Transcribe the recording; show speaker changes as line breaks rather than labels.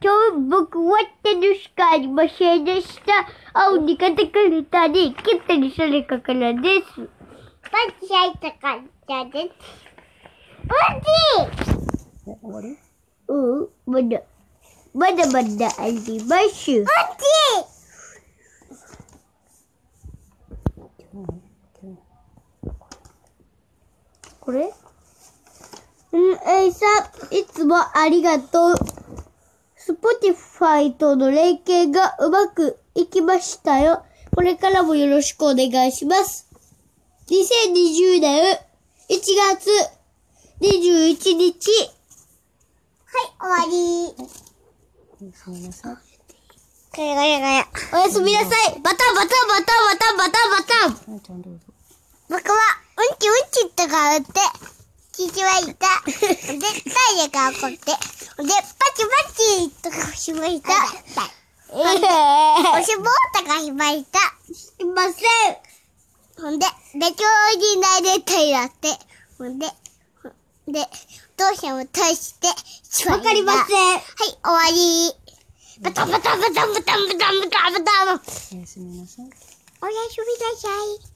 今日僕は楽しくありませんでした。青にカタカナタで、ケったりされかからです。バッチャイタカタです。バッチ
え、終わり
うん、まだ、まだまだあります。バッチこれうん、えいさん、いつもありがとう。スポティファイとの連携がうまくいきましたよ。これからもよろしくお願いします。2020年1月21日。はい、終わり。
すみません。
ガヤガヤガヤ。おやすみなさい。バタンバタンバタンバタンバタンバタン。
あやちゃんどうぞ。
僕はうんちうんちって顔って、父は言った。で、ダイヤが怒って。で、パチパチとかしました。え えおしぼうとかしました。しません。ほんで、べちょうになれたいだって。ほんで、ほんで、お父さんを対してしました。わかりません。はい、終わり。バタバタバタバタバタバタバタ。
おやすみなさい。
おやすみなさい。